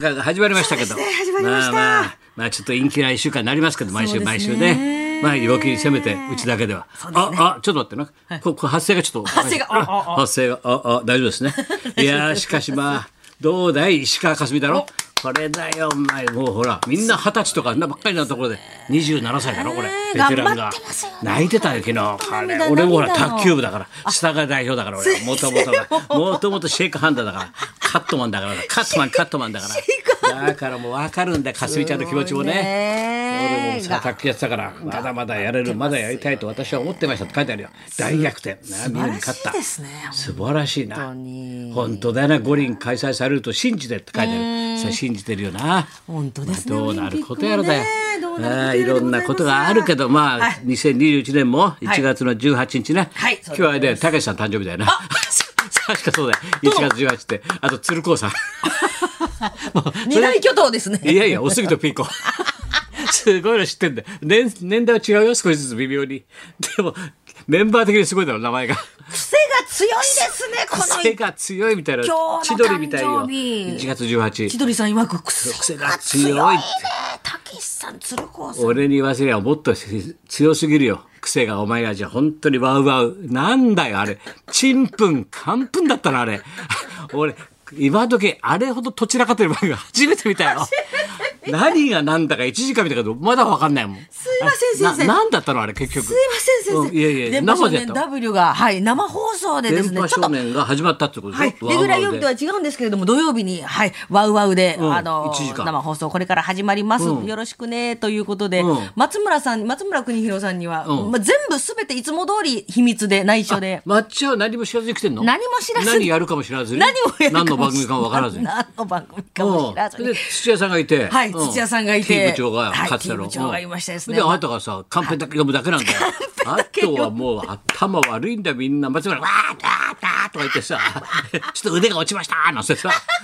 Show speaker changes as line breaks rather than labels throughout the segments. が始まりましたけど、
そうですね始まりました
ああまあちょっと陰気な一週間になりますけど毎週
そうですね
毎週ねまあ陽気にせめてうちだけでは
そうですね
ああちょっと待ってな、ここ発声がちょっと
発声がああ
発声がああ大丈夫です ねいやーしかしまあどうだい石川佳純だろこれだよお前もうほらみんな二十歳とかあんなばっかりなところで27歳だろこれ
ねえ
ベテラン
頑張
が
ってますよね
泣いてたよ昨日
当
あれ
涙
俺もほら
涙の
卓球部だから下が代表だから俺もともとがもともとシェイクハンダーだからカットマンだからカット マンカットマンだからだからもう分かるんだかすみちゃんの気持ちもね。俺もさ
が
卓球やってたからまだまだやれるまだやりたいと私は思ってましたって書いてあるよ大逆転なみんなに勝った
素晴らしいですね
素晴らしいな
本当に
本当だよな五輪開催されると信じてって書いてあるさあ信じてるよな
本当ですね
まあどうなることやらだよ
オリンピックもねど
あ
うな
あ
る
い
ことやらでございます
ろんなことがあるけどま
は
あ
い
2021年も1月の18日ね
はい
今日はねたけしさん誕生日だよな確かそう だよ1月18ってあと鶴光さん もうそれ
二大巨頭ですね
いやいや、おすぎとピーコ。 すごいの知ってんだよ。年、年代は違うよ、少しずつ微妙に。でも、メンバー的にすごいだろ、名 前が。
癖が強いですねこの
癖が強いみたいな。
今日
千
の
鳥みたいよ。
誕生
1
日
月18
千鳥さん曰く癖
癖
が
が
強
強
い
い
ねたけしさん鶴光さん
俺に言わせりゃもっとし強すぎるよ。癖がお前らじゃ本当にワウワウ。なんだよ、あれ。ちんぷん、かんぷんだったな、あれ。俺、今時あれほどとちらかってる番組 初めて見たよ。何が何だか1時間見たけど、まだわかんないもん。
すいません先生
な何だったのあれ、結局。
すいません先
う
生
いやいや、
電波少
生でやっ
年
たの
W がはい生放送でです
電
ね
波
ちょ
少
っと
年が始まったってことでしょ
はい、レギュラー曜日とは違うんですけれども土曜日に、はい、ワウワウで、
ん
あの
一時間
生放送これから始まります、よろしくねということで、
うん
松村さん松村邦弘さんには、
うん
まあ、全部すべていつも通り秘密で内緒で
抹茶は何も知らずに来てんの
何も知らずに
何やるかも知らずに
何をやる
何
かも
の番組かも分からずに
何の番組かも知らず
う
に
んで。土屋さんがいて、
はい
うん
土屋さんがいて
T 部長が
はい
勝ってたの、
T 部長がいましたですね
であなたがさカンペだけ読むだけなんだよ
カンペ
あ
だけ読
と
む
はもう頭悪いんだよみんな松村が「わーだーだー」とか言ってさ 「ちょっと腕が落ちました」なんてさ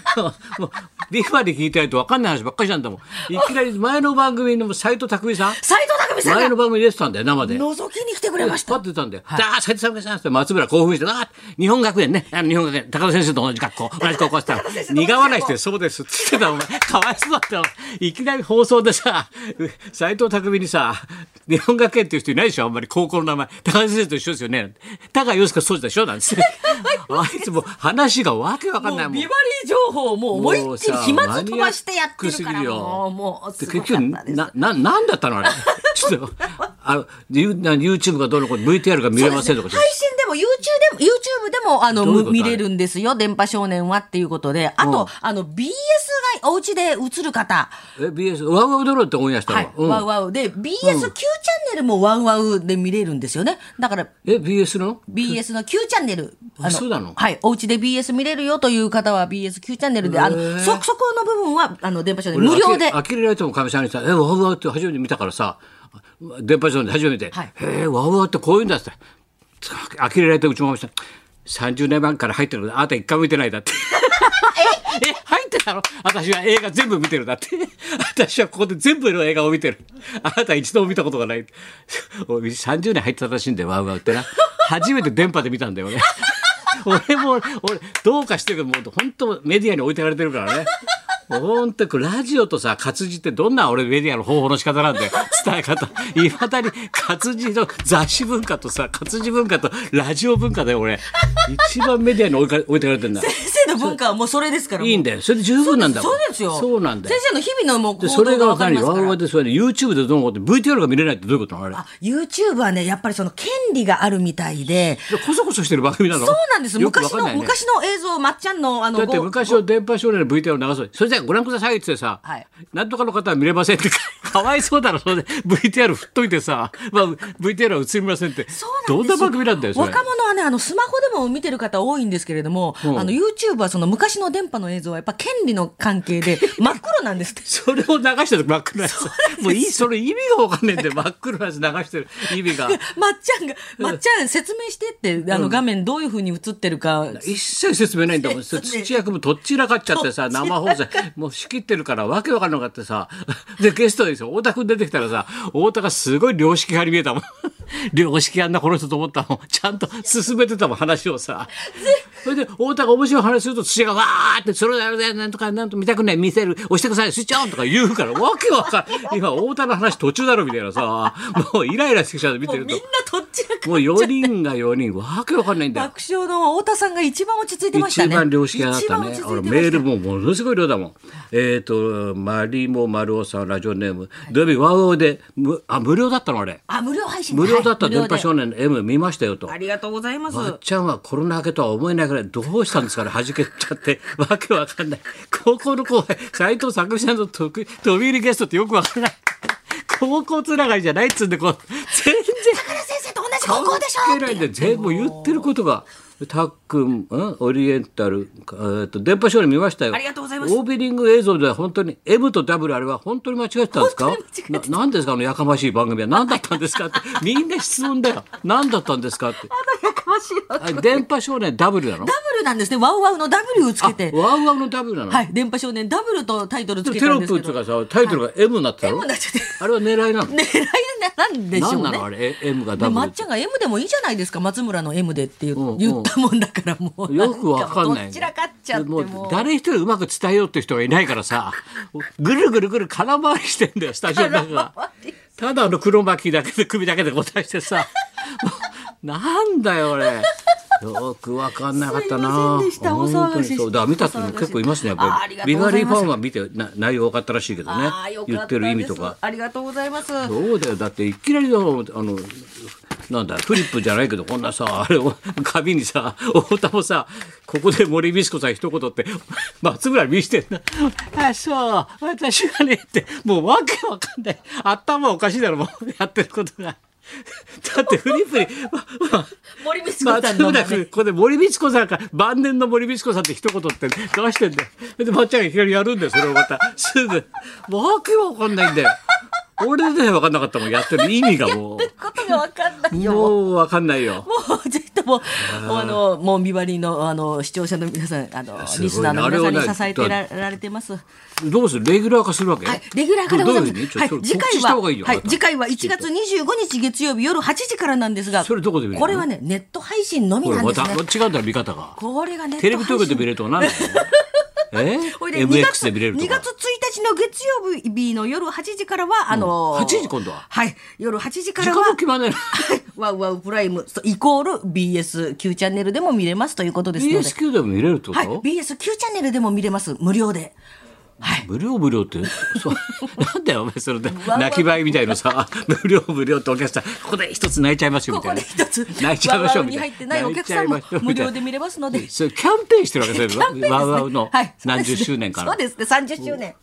もうリファで聞いてないと分かんない話ばっかりなんだもんいきなり前の番組の斎藤工さん
斉藤匠さ
前
ん
の
が
番組出てたんだよ生で。
覗きに来てくれました
パッ。て出たんだよ。じゃあ、斉藤さんがさんって松村興奮して、あー日本学園ね、あの日本学園、高田先生と同じ学 校、同じ高校してたら
高田先生と同じ学校
苦笑いして、そうですって言ってた、お前、かわいそうだったよ。いきなり放送でさ、斎藤匠にさ、日本学園っていう人いないでしょ、あんまり高校の名前。高田先生と一緒ですよね。高井陽介そうでしょ、 なんつって。あいつもう話がわけわかんないもん
ビ。バリー情報をもう思いっきり暇つ飛ばしてやってるか
も
ら
うさ
もうもうす
で
ご
結
か
局
ったです
なななんだったのあれ ちょっとあのユーな YouTube がどうのこうの VTR が見れませんとか
配信でも YouTube でも YouTube でもあの
どういうこと
む見れるんですよ「電波少年は」っていうことであと、
うん
あの BS がお家で映る方、
え BS ワウワウドローってオンエアしたの、
はい
うん
ワウワウで BS9 チャンネルもワウワウで見れるんですよねだから
え BS の
BS の Q チャンネル。
そうなの
はい。お家で BS 見れるよという方は BS Q チャンネルで、あの、そ、そこの部分は、あの、電波少年無料で
あ。きれられてもかみさんにさ「えワウワウ」って初めて見たからさ電波上で初めて「
はい
へえワウワウってこういうんだ」ってあきれられてうちもかみさん30年前から入ってるのあなた一回も見てないだって え入ってたの私は映画全部見てるだって 私はここで全部の映画を見てるあなた一度も見たことがない おい30年入ってたらしいんだよワウワウってな初めて電波で見たんだよね俺 も俺どうかしてるけどもう本当メディアに置いてかれてるからね本当にラジオとさ活字ってどんな俺メディアの方法の仕方なんだよ伝え方いまだに活字の雑誌文化とさ活字文化とラジオ文化だよ俺一番メディアに置いか置いてかれてんだ
先生の文化はもうそれですから。
いいんだよそれで十分なんだもん
そうですよ。
そうなんだよ
先生の日々のもう行
でそれ
動が
が
わかり
何
ます
わ
か
わわ
ら。
でそれで YouTube でどうのこうって VTR が見れないってどういうことなのあれ
あ YouTube はね、やっぱりその権利があるみたいで、
でこそこそしてる番組なの
そうなんです。
よくわ
昔
かんな
の、
いね
昔の映像、まっちゃんの、あの、
だって
ご
昔の電波少年の VTR を流そうそれじゃあご覧くださいって言ってさ、
はい
なんとかの方は見れませんって かわいそうだろそれで VTR 振っといてさ、まあ、VTR は映りませんって
そう
どんな番組なんだよそれ
若者はねあのスマホでも見てる方多いんですけれども、あの YouTube はその昔の電波の映像はやっぱ権利の関 係で真っ黒なんですって
それを流してる真っ暗なやつもういいそれ意味がわかんねえんだよ真っ暗なやつ流してる意味が
まっちゃんが「まっちゃん説明して」ってあの画面どういうふうに映ってるか、
一切説明ないんだもん
説明
土屋君もとっちらかっちゃってさ生放送もう仕切ってるからわけわかんなかったさ でゲストですよ太田君出てきたらさ太田がすごい良識派に見えた もん良識あんなこの人と思ったもんちゃんと進めてたもん話をさそれで太田が面白い話すると土屋がわーってそれだよなんとかなんと見たくない見せる押してくださいスイッチオンとか言うからわけわかん今太田の話途中だろみたいなさもうイライラしてきちゃう見
も
て
うみ
る
ん
と
などっちらか
もう4人が4人わけわかんないんだよ
爆笑の太田さんが一番落ち着いてましたね
一番良識があっ
一
た
番
ね
落ち着いてま
俺
した
メールもものすごい量だもんえっ、とマリモ丸尾さんラジオネーム、土曜日ワウワウでむあ無料だったのあれ
あ無料配信
無料だった
はい無料
電
で
波少年の M 見ましたよと
ありがとうございます
わっちゃんはコロナ明けとは思えないぐらいどうしたんですかね弾けちゃって わけわかんない高校の後輩斎藤作美さんの得意飛び入りゲストってよくわからない高校つながりじゃないっつうんでこう全然
桜先生と同じ高校でし
関係ないんで全部言ってることが。たっくん、うんオリエンタル、えー、と電波少年見ましたよ。
ありがとうございます
オープニング映像では本当に M と W あれは本当に間違えてたんですか
本当に間違えてた
ななんですかあのやかましい番組は何だったんですかっ てみんな質問だよ。何だったんですかって。
ょやかましいわ
あ電波少年 W なの
ダブルなんですねワウワウの W をつけて
ワウワウの W なの、
はい電波少年ダブルとタイトルつけ
テ
た
ロ
ん
ッ
です
プ
け
と
ど
かさタイトルが M になったの、
M になっちゃって
あれは狙いなの
狙いなんでしょ
何
うね
なのあれえ M が
で
W
ま
っ
ってちゃんが M でもいいじゃないですか松村の M でって言,、
うんうん
言ったもんだからもう
よくわかんない
どちらかっちゃっても
もう誰一人うまく伝えようって人がいないからさぐるぐるぐる空回りしてんだよスタジオの中がただあの黒巻きだけで首だけで答えしてさ もうなんだよ俺よくわかんなかったな
すいませんでしたお騒がせ
本当にそうだから見たっていうの結構いますねやっ
ああ
ぱり
りがと
ビ
うご
バ
ざ
リ
い
ー
ま
フ
す
ァンは見てな内容分かったらしいけどね
あーよか
言
た
ってる意味とか
ですありがとうございます
そうだよだっていきなりだもんあのなんだフリップじゃないけどこんなさあれを紙にさ太田もさここで森美智子さん一言って松村見してんな「あそう私はね」ってもうわけわかんない頭おかしいだろもうやってることが。だってフリップにまま
森光子さん
松
の
村
真
君
似
ここで森光子さんから晩年の森光子さんって一言って出してんだよでまっちゃんがいきなりやるんだよそれをまたすぐわけわかんないんだよ俺でわかんなかったもんやってる意味がもう
ことがわかんないよもう
もうわかんないよ
ぜひともあのもうビバリーのあの視聴者の皆さんあの
すごいね
リスナーの皆さん
あれは
に
ね
支えてらられてます
どうするレギュラー化するわけ、
はい、レギュラーからございます。
どういうふうにちょ
は
っと
い、次
告知
回
した方がいいよ
は、は
あ
い
な、た
次回は1月25日月曜日夜8時からなんですが、
それどこで見れるの
これはね、ネット配信のみ
これ
なん
ま
です
た
ね。
違うんだよ見方が
これがネット配信。
テレビ東京で見れるとかなんだよえ
これで2
MX
月
で見れると
2
か
月1日の月曜日の夜8時からは、あのー
8時今度は
はい、夜8時か
時
ら
間も
は、
決まんないの
ワウワウプライムイコール BS9 チャンネルでも見れますということですので、
BSQ でも見れるってこと、
はい、BS9 チャンネルでも見れます。無料で。
無料無料っ て、そうなんだよお前それで泣きばいみたいなさ、無料無料ってお客さん、ここで一つ泣いちゃいましょうみ
こ
た
こ
いな。
で一つ、
泣いちゃいましょう
ワウワウ
み
に
た
入
い
って
な。
ないお客さんも
泣いちゃいましょう
無
みたいな
料で見れますので、
それキャンペーンしてるわけそれ
キャンペーンですね
ワウワウの
はい
何十周年から
そうですね、そうですね30周年。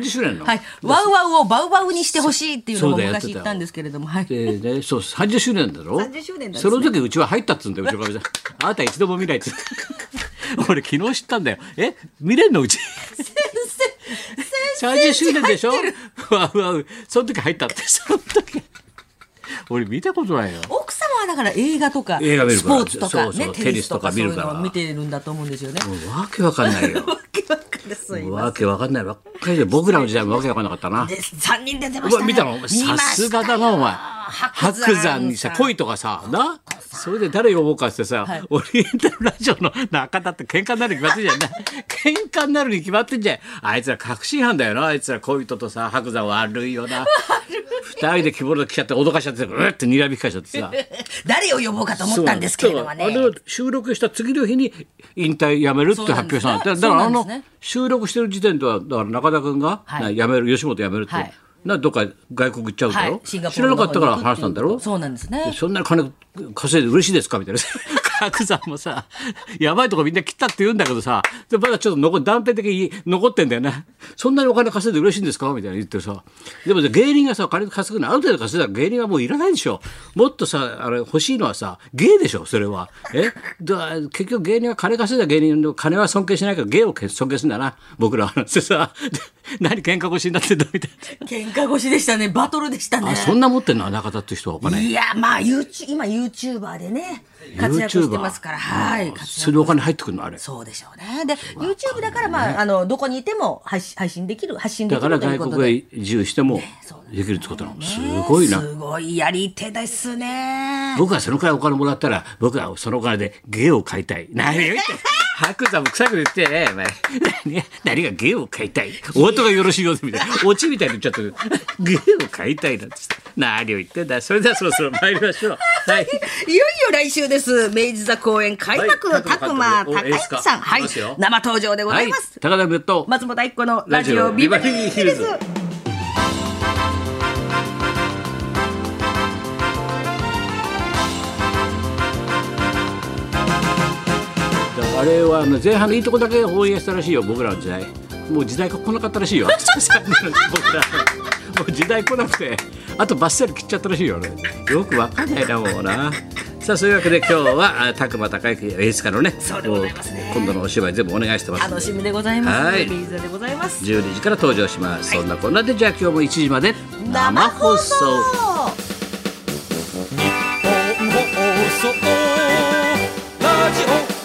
30周年の、
はい、ワウワウをバウバウにしてほしいっていうの
そ
も
うだよやって
昔
た
言ったんですけれども、はい。
でね、 そう30周年だろ
30周年なんです
そ
ね
の時うちは入ったっつうんだ ようちのかみさんあなた一度も見ないっつって 俺昨日知ったんだよえ見れんのうち30周年でしょわうわうその時入ったって その時俺見たことないよ
奥様はだから映画とか
映画見る
ス
から
ポーツとか、
そうそう
ね、
テニスとか
そうい
見
う
るから
のを見てるんだと思うんですよね。
わけわかんないよ
わけわかんないすいま
わけわかんないばっかりで僕らの時代もわけわかんなかったな
せん。三人出てまし
う
た
わ
ね。
見たの
見ました
さすがだなお前
白
白山にさ恋とかさなそれで誰呼ぼうかってさ、
はい
オリエンタルラジオの中田って喧嘩になるに決まって んじゃんな喧嘩になるに決まってんじゃんあいつら確信犯だよなあいつら恋人とさ白山悪いよな二人で着物着ちゃって脅かしちゃってうって睨みきかしちゃってさ
誰を呼ぼうかと思ったんですけれどもね。
そうなんですだからあれを収録した次の日に引退やめるって発表したんだ
そうな
だ
んです
からあ
そうなんで
の
すね
収録してる時点ではだから中田君が、
はい
な辞める吉本辞めるって、
はい
などっか外国行っちゃうだろ、
はい、シンガポ
知
ー
ら
ル
なか
の方
ったから
に行く
話
て
したんだろ
そうなんですね。
そんなに金稼いで嬉しいですかみたいな 白山もさやばいとこみんな切ったって言うんだけどさでまだちょっと残断片的に残ってんだよねそんなにお金稼いで嬉しいんですかみたいな言ってさでもね芸人がさ金稼ぐのある程度稼いだら芸人はもういらないでしょもっとさあれ欲しいのはさ芸でしょそれはえだ結局芸人は金稼いだ芸人の金は尊敬しないけど芸を尊敬するんだな僕らはなんてさで何喧嘩腰になってんだみたい
喧嘩腰でしたね。バトルでした
な
ね
あ。そんな持ってんの中田って人はお金
いや、まあ、ユーチュ今ユーチューバーでね。活躍してますから、はい、活躍
それでお金入ってくるのあれ
そうでしょうね。で、YouTube だから、まあ、あの、どこにいても配信配信できる、発信で
だ
き
か
る
ら
という
外
こと
国
で。
へ移住しても
そう
できるってことなのす
ね
ごいな
すごいやり手ですね。
僕はそのくらいお金もらったら僕はそのお金で芸を買いたい何を 言って白山も臭く言ってねお前何が何が芸を買い たいお後がよろしいようでみたいなオチみたいに言っちゃってる芸を買いたいなんて言って何を言ってんだそれではそろそろ参りましょうはい
いよいよ来週です。明治座公演開幕、
はい
たくま、
お
高
いいです
市
か
さん、はい
いきますよ、
生登場でござ
はいい
ます。
高田部と
松本一子のラジオビバリーヒルズ。
あれはあの前半のいいとこだけ応援したらしいよ僕らの時代もう時代が来なかったらしいよ 僕らもう時代来なくてあとバッサリ切っちゃったらしいよねよくわかんないなもうなさあそういうわけで今日はあ宅間孝之演出家のね
そうでございますね
もう今度のお芝居全部お願いしてますんで
楽しみでございます。
は
明
い
治座でございます。
12時から登場します、そんなこんなでじゃあ今日も1時まで
生放送
日本放送ラジオ